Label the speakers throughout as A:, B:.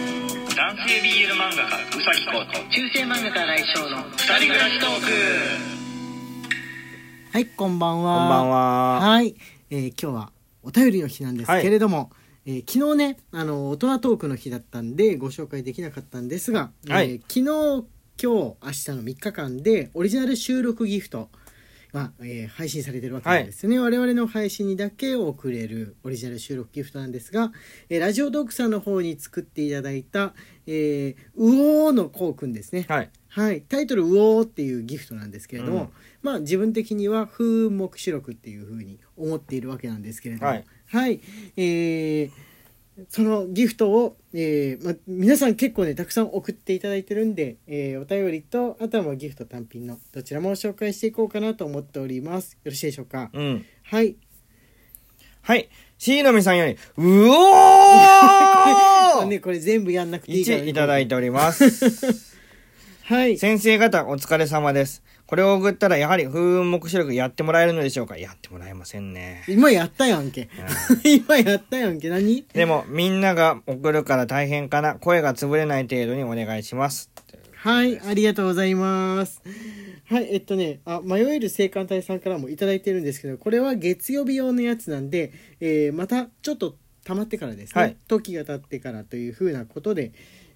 A: 男性 BL 漫画家うさぎこと
B: 中世漫画家来翔の
A: 二人暮らしトーク
B: はいこんばんは
C: こんばんは
B: はい、えー今日はお便りの日なんですけれども、えー昨日ねあの大人トークの日だったんでご紹介できなかったんですが、
C: はい
B: えー昨日今日明日の3日間でオリジナル収録ギフトが、えー配信されてるわけなんですよね、我々の配信にだけ送れるオリジナル収録ギフトなんですが、えーラジオドークさんの方に作っていただいた「えー、うおー」のこうくんですね、
C: はい。
B: はい、タイトル「うおー」っていうギフトなんですけれども、
C: うん
B: まあ自分的には「風目視録」っていうふうに思っているわけなんですけれども、
C: はい
B: はいえーそのギフトを、えーまあ、皆さん結構ねたくさん送っていただいてるんで、えーお便りとあとはもうギフト単品のどちらも紹介していこうかなと思っておりますよろしいでしょうか、
C: うん。
B: はい
C: はい。しのみさんより、うお
B: まあね
C: ー
B: これ全部やんなくていいから、
C: !1 いただいてお ります。
B: はい
C: 先生方、お疲れ様です。これを送ったら、やはり、風目視力やってもらえるのでしょうかやってもらえませんね。
B: 今やったやんけ 今やったやんけ何
C: でも、みんなが送るから大変かな。声が潰れない程度にお願いします。
B: はい、ありがとうございます。はい、えっとね、あ、迷える生官隊さんからもいただいてるんですけど、これは月曜日用のやつなんで、えーまたちょっと溜まってからですね、
C: はい
B: 時が経ってからというふうなことで、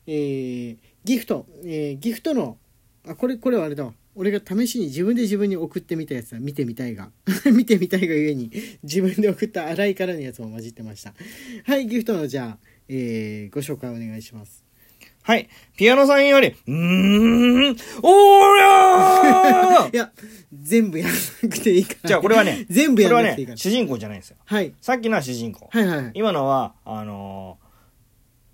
B: えーギフト、えーギフトの、あ、これ、これはあれだわ。俺が試しに自分で自分に送ってみたやつだ。見てみたいが。 見てみたいがゆえに、自分で送った荒いからのやつも混じってました。はい、ギフトの、じゃあ、えーご紹介お願いします。
C: はい。ピアノさんより、うーん、おー ら
B: い
C: ー
B: や、全部やらなくていいから。、
C: じゃあ、これはね
B: 全部や
C: こ
B: ら
C: れ
B: な
C: は
B: くていいか
C: ね、
B: ら。
C: 主人公じゃないんですよ。
B: はい。
C: さっきのは主人公。
B: はいはいはい。
C: 今のはあのー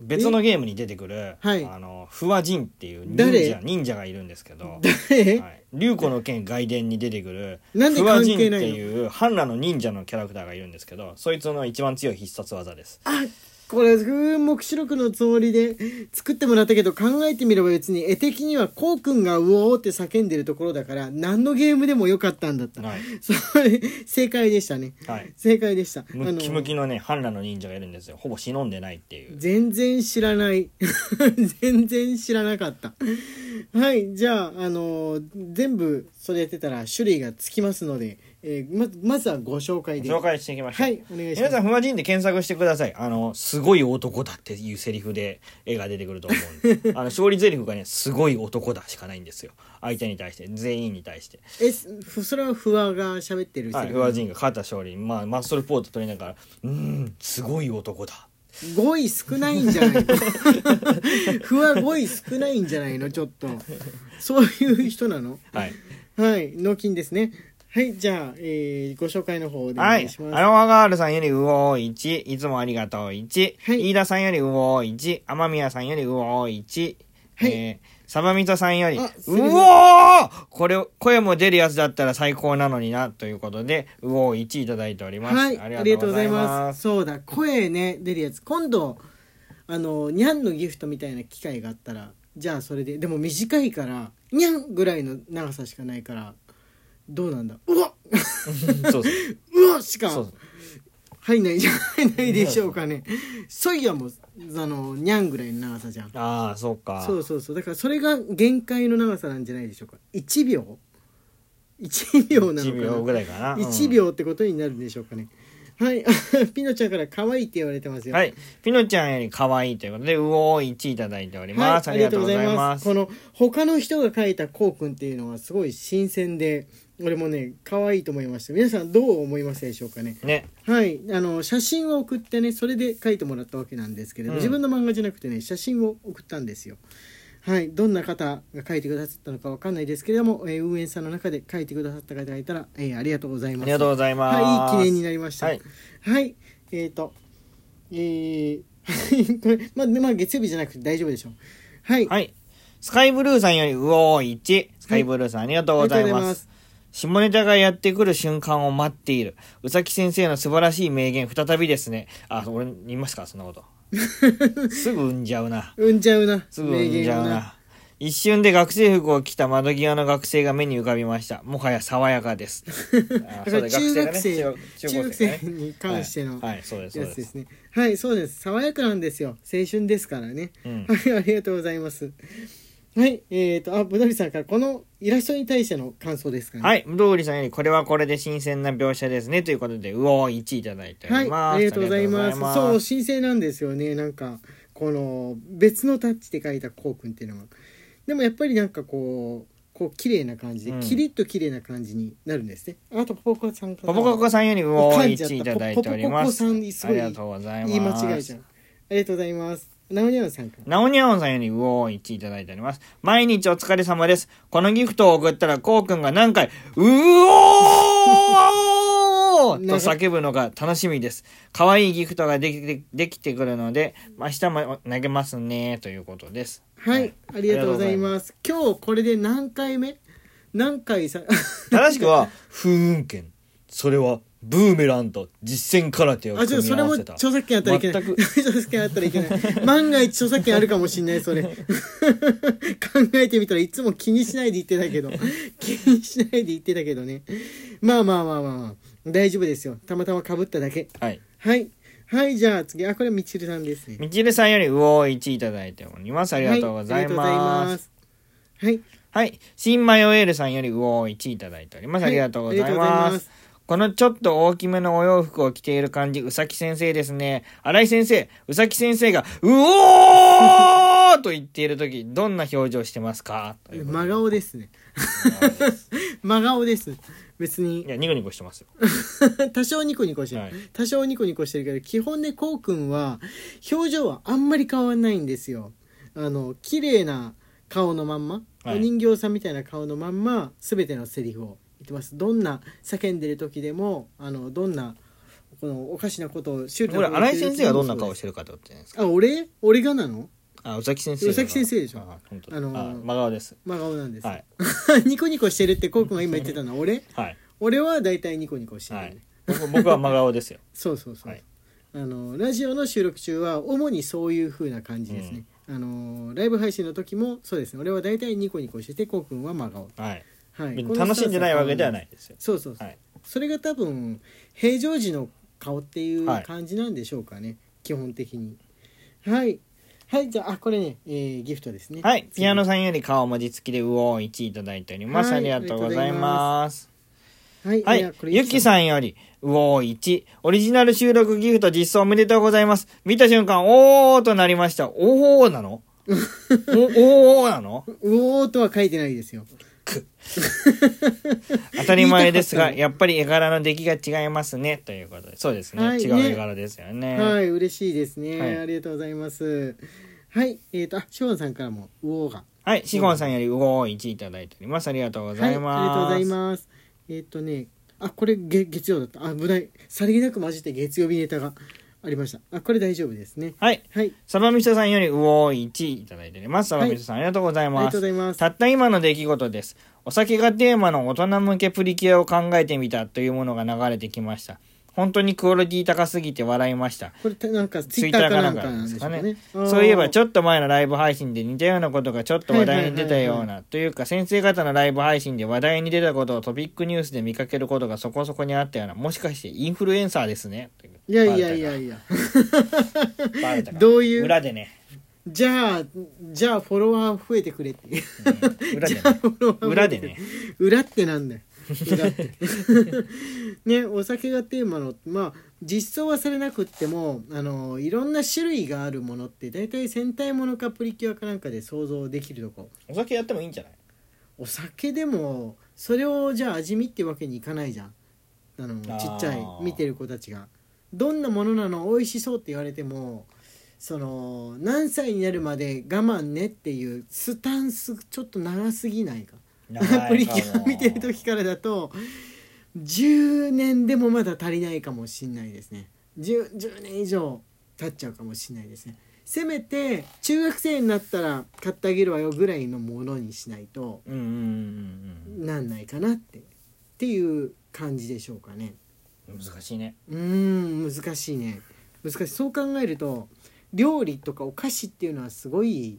C: 別のゲームに出てくる、
B: はい
C: あのーフワジンっていう忍
B: 誰
C: 者忍者がいるんですけど、
B: 誰
C: はい、竜子の剣外伝に出てくる
B: なんで
C: フ
B: 関
C: ワジンって
B: 係ないの
C: いう半裸の忍者のキャラクターがいるんですけどそいつの一番強い必殺技です
B: あ、 これ、風目視録のつもりで作ってもらったけど、考えてみれば別に絵的にはこうくんがうおーって叫んでるところだから、何のゲームでもよかったんだった。
C: はい、
B: それ、正解でしたね。
C: はい、
B: 正解でした。
C: ムッキムキのね半裸の忍者がいるんですよほぼ忍んでないっていう
B: 全然知らない 全然知らなかったはいじゃあ、あのー全部それやってたら種類がつきますので、えーままずはご紹介で
C: 紹介していきましょう
B: はいお願いしま
C: 皆
B: す
C: さんフワジンで検索してくださいあのすごい男だっていうセリフで絵が出てくると思う んであの勝利セリフがねすごい男だしかないんですよ相手に対して全員に対して、
B: えすふそれはフワが喋ってるセ
C: はい、
B: リ
C: フ
B: フ
C: ワジンが勝った勝利まあマッスルポート取りながらうーんすごい男だ
B: 語彙少ないんじゃないの フワ語彙少ないんじゃないのちょっとそういう人なの
C: はい、
B: はい脳筋ですねはいじゃあ、えーご紹介の方お
C: は
B: 願い
C: い
B: します、
C: アロハガールさんよりうおー1いつもありがとう1、
B: はい
C: 飯田さんよりうおー1雨宮さんよりうおー1
B: はい
C: えーサバミトさんより、う
B: あすいません
C: おーこれ、声も出るやつだったら最高なのにな、ということで、うおー1いただいております。
B: はい、ありがとうございます。
C: す。
B: そうだ、声ね、出るやつ、今度。あの、にゃんのギフトみたいな機会があったら、じゃあ、それで、でも短いから。にゃんぐらいの長さしかないから。どうなんだ。うわ、
C: そうそう
B: うわしか。
C: そうそう
B: 入んないじゃん、入んないでしょうかね。そいやも、あの、にゃんぐらいの長さじゃん。
C: ああ、そうか。
B: そうそうそう、だから、それが限界の長さなんじゃないでしょうか。一秒。一秒なの
C: 1
B: かな
C: 秒ぐ。らいかな。うん
B: 1秒ってことになるんでしょうかね。はい。 ピノちゃんから可愛いって言われてますよ。。
C: はいい。ピノちゃんより可愛いということで、うおー1いただいております。ありがとうございます
B: こ。の、他の人が書いたこうくんっていうのはすごい新鮮で、俺もね、可愛いと思いました。皆さんどう思いましたでしょうかね。
C: ね。
B: はい。あの、写真を送ってね、それで書いてもらったわけなんですけれど、
C: うん
B: 自分の漫画じゃなくてね、写真を送ったんですよ。はい、どんな方が書いてくださったのかわかんないですけれども、えー運営さんの中で書いてくださった方がいたら、えーありがとうございます。
C: ありがとうございます。
B: はい、いい記念になりました。は
C: はいい、
B: えっ、と、えー、 はいこれ、まあ、でまあ、月曜日じゃなくて大丈夫でしょう。はい、
C: はい。スカイブルーさんより、うおー1。スカイブルーさん、ありがとうござい
B: ありがとうございま
C: ま
B: す
C: す。下ネタがやってくる瞬間を待っている。うさき先生の素晴らしい名言、再びですね。あ、俺、 言いますかそんなこと。すぐ産んじゃうな。
B: 産んじゃうな、
C: すぐ産んじゃ
B: 名
C: う
B: 言を
C: な。一瞬で学生服を着た窓際の学生が目に浮かびましたもはや爽やかです あ
B: だから中学生
C: そうだ
B: 中
C: 学
B: 学
C: 生がね
B: 生に関しての
C: はい、はいそうです
B: や
C: そう
B: つ
C: で
B: ですすねはいそうです爽やかなんですよ青春ですからね
C: うん
B: はい、ありがとうございます。はい、えっ、と、あ、ぶどりさんからこのイラストに対しての感想ですかね。、
C: はいい、ぶどうりさんよりこれはこれで新鮮な描写ですねということでうおー1いただいてお
B: は
C: り
B: い、
C: ます、
B: ありがとうございます。
C: ありがとう
B: そ
C: ご
B: う、
C: ざい
B: 新鮮なんですよね。なんか、この別のタッチで書いたこうくんっていうのは。でも、やっぱりなんかこう。こう綺麗な感じで、
C: うん
B: キリッと綺麗な感じになるんですね。あとポポコさんから
C: ポポココさんよりうおー1いただいております
B: ポポココさんす
C: あ
B: ごい
C: りがとうございます
B: 言い間違いじゃん。ありがとうございます。ナオニャンさんから。
C: ナオニャオンさんよりうおー1いただいております。毎日お疲れ様です。このギフトを送ったら、こうくんが何回、うおーと叫ぶのが楽しみです。可愛いギフトができて、できてくるので、明日も投げますね、ということです。
B: はい、ありがとうござい
C: す。
B: ます。今日これで何回目？何回 さ？
C: 正しくは、風雲剣。それは、ブーメランと実践空手を
B: あ、ちょっとそ
C: 組み
B: れ
C: 合わ
B: も
C: せた。
B: 著作権あったらいけない。
C: 全 く
B: 著作権あったらいけない。万が一著作権あるかもしれない、それ。考 えてみたらいつも気にしないで言ってたけど、 気にしないで言ってたけどね。まあまあまあまあ、まあ、大丈夫ですよ。たまたま被っただけ。
C: はい。
B: はい。はい、じゃあ次。あ、これはみちるさんですね。
C: みちるさんよりうおー1いただいております。ありがとうござ
B: は
C: い
B: いありがとうござい
C: ます
B: ま。す。はい。
C: はい。新マヨエールさんよりうおー1いただいております。ありがとうござい
B: ありがとうござい
C: ま
B: ます
C: す。このちょっと大きめのお洋服を着ている感じ、うさき先生ですね。荒井先生、うさき先生が、うおーと言っているとき、どんな表情してますかということ
B: 真顔ですね。
C: です。
B: 真顔です。別に
C: い。や、ニコニコしてますよ。
B: 多少ニコニコしてる、
C: はい
B: 多少ニコニコしてるけど基本ねこうくんは表情はあんまり変わんないんですよあの綺麗な顔のまんま、
C: はい
B: お人形さんみたいな顔のまんま全てのセリフを言ってますどんな叫んでる時でもあのどんなこのおかしなことをシュー
C: これ、荒井先生がどんな顔しててるかってことじゃないですか。
B: あ俺俺がなの
C: あ、うさき先生が。
B: うさき先生でしょ
C: あ、本当
B: あのー
C: あ真顔です。
B: 真顔なんです、
C: はい
B: ニコニコしてるってこうくんが今言ってたのは俺
C: はい。
B: 俺は大体ニコニコしてる
C: は
B: よね、
C: い。僕僕は真顔ですよ。
B: そう そうそう、
C: はい
B: あのラジオの収録中は主にそういう風な感じですね、あのライブ配信の時もそうですね俺は大体ニコニコしててこうくんは真顔、
C: はい。
B: はい、
C: 別に楽しんでないわけではないいですよ。
B: そうそうそう、
C: はい。
B: それが多分平常時の顔っていう
C: はい
B: 感じなんでしょうかね、基本的にはいはいじゃああこれね、えーギフトですね
C: はい、
B: 次
C: ピアノさんより顔文字付きでうおー1いただいております。
B: はい
C: ありがとうございます。
B: はい
C: はいい
B: や、これ
C: ゆきさんよりうおー1、オリジナル収録ギフト実装おめでとうございます。見た瞬間、おーとなりました。おーなのおおーなの
B: うおーとは書いてないですよ
C: 当たり前ですが、
B: 言い
C: やっぱり絵柄の出来が違いますね。ということで。そうですね。
B: はい
C: 違う
B: ね
C: 絵柄ですよね。
B: はい、嬉しいですね。
C: はい
B: ありがとうございます。はい、えっ、と、あ、ショーンさんからも、ウォーが。
C: はい、シゴンさんよりうおー1いただいております。ありがとうご
B: は
C: ざ
B: い、あ
C: い
B: り
C: ます。
B: がとうございます。えっ、とね、あ、これ、げ、月曜だった。あ、危ない。さりげなく混じって月曜日ネタがありました。あ、これ大丈夫ですね。
C: はい、
B: はい、
C: サバミソさんよりうおー1いただいております。サ
B: はい
C: バミソさん、ありがとうござい
B: あり
C: ま
B: がと
C: す
B: うご。ざいます。
C: たった今の出来事です。お酒がテーマの大人向けプリキュアを考えてみたというものが流れてきました。本当にクオリティ高すぎて笑いました。
B: これ、たなんか、ツ
C: ツ
B: イ
C: イッ
B: ッタ
C: タ
B: ー
C: ー
B: かな
C: かなん
B: ん
C: か
B: か
C: なん
B: なんで
C: で
B: すし
C: か
B: ょうか
C: ね
B: ね。。
C: そういえばち
B: ょっ
C: ょっと前のライブ配信で似たようなことがちょっと話題に出たよ
B: はい
C: う
B: はい
C: なというか先生方のライブ配信で話題に出たことをトピックニュースで見かけることがそこそこにあったようなもしかしてインフルエンサーですね。
B: いやいやいやいや。
C: バレたか。
B: どういう
C: 裏でね。
B: じゃあ、じゃあ、フォロワー増えてくれっていう。
C: う ん裏でね。
B: 裏
C: 裏でね。
B: ってなんだよ裏って ねお酒がテーマのまあ実装はされなくってもあのいろんな種類があるものって大体戦隊ものかプリキュアかなんかで想像できるとこ
C: お酒やってもいいんじゃない
B: お酒でもそれをじゃあ味見ってわけにいかないじゃんあの
C: あー
B: ちっちゃい見てる子たちがどんなものなの美味しそうって言われてもその何歳になるまで我慢ねっていうスタンスちょっと長すぎないか プリキュア見てる時からだと10年でもまだ足りないかもしんないですね 10, 10年以上経っちゃうかもしんないですねせめて中学生になったら買ってあげるわよぐらいのものにしないと
C: うんうんうん
B: なんないかなってっていう感じでしょうかね
C: うん難しい ね
B: うーん難しいね難しいそう考えると料理とかお菓子っていうのはすごい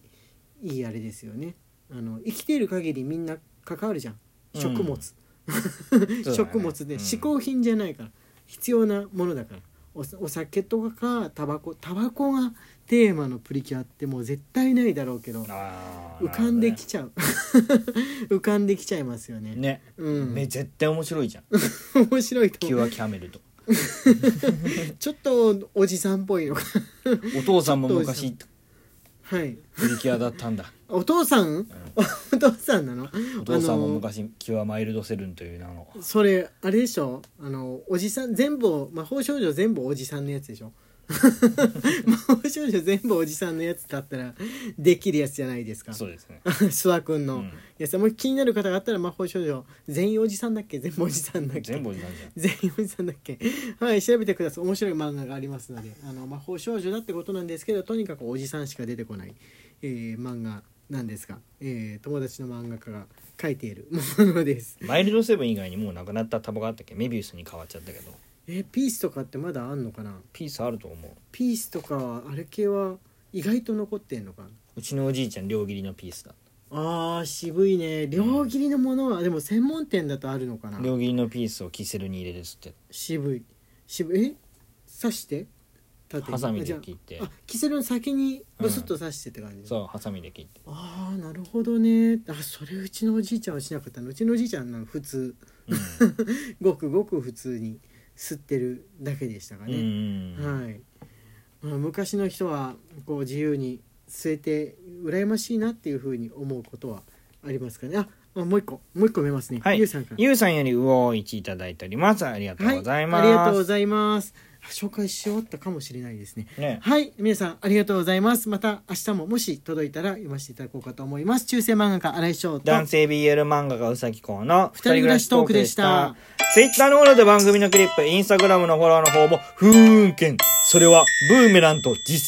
B: いいあれですよねあの生きている限りみんな関わるじゃん
C: うん
B: 食物、
C: そうだね
B: 食物で
C: うん
B: 嗜好品じゃないから、必要なものだからおお酒とかタバコタバコがテーマのプリキュアってもう絶対ないだろうけど
C: あー
B: 浮かんでき
C: な
B: ちゃう 浮かんできちゃいますよね
C: るほどね
B: うん
C: ね絶対面白いじゃん
B: 面白いと
C: キ
B: 思う
C: ュアキャメルと
B: ちょっとおじさんっぽいのか
C: お父さんも昔
B: はい
C: プリキュアだったんだ
B: お父さん、お父さんなの
C: お父さんも
B: あの
C: 昔キュアマイルドセブンという名の
B: それあれでしょあのおじさん全部魔法少女全部おじさんのやつで しょ魔法少女全部おじさんのやつだったらできるやつじゃないですか
C: そうですね
B: 諏訪君
C: う
B: の
C: ん
B: やつ、もう気になる方があったら魔法少女全員おじさんだっけ全部おじさんだっけ
C: 全部おじさんじゃん
B: 全員おじさんだっけはい調べてください面白い漫画がありますのであの魔法少女だってことなんですけどとにかくおじさんしか出てこない、えー漫画なんですが、えー友達の漫画家が書いているものです
C: マイルドセブン以外にもうなくなったタバコあったっけメビウスに変わっちゃったけど
B: えーピースとかってまだあんのかな
C: ピースあると思う
B: ピースとかはあれ系は意外と残ってんのかな
C: うちのおじいちゃん両切りのピースだ
B: あー渋いね両切りのものは、でも専門店だとあるのかな
C: 両切りのピースをキセルに入れるっつって
B: 渋い渋いえ刺して縦に
C: ハサミ
B: あじ
C: で
B: ゃあ
C: 切って
B: あキセルの先にブスッと刺してって感じ、
C: そうハサミで切って
B: ああなるほどねあそれうちのおじいちゃんはしなかったのうちのおじいちゃんなんか普通
C: う
B: ごくごく普通に吸ってるだけでしたか
C: んう
B: ね、
C: んうん
B: はいまあ昔の人はこう自由に吸えて羨ましいなっていうふうに思うことはありますかねああもう一個もう一個見ますね、
C: はい
B: ゆうさんから
C: ゆうさんよりうおー1いただいておりますありがとうございます、
B: はい、ありがとうございます紹介し終わったかもしれないですね
C: ね
B: はい皆さんありがとうございますまた明日ももし届いたら読ませていただこうかと思います中世漫画家荒井翔と
C: 男性 BL 漫画家うさぎこうの二
B: 人暮らしトークでした
C: ツイッターのフォローで番組のクリップインスタグラムのフォローの方もふーんけんそれはブーメランと実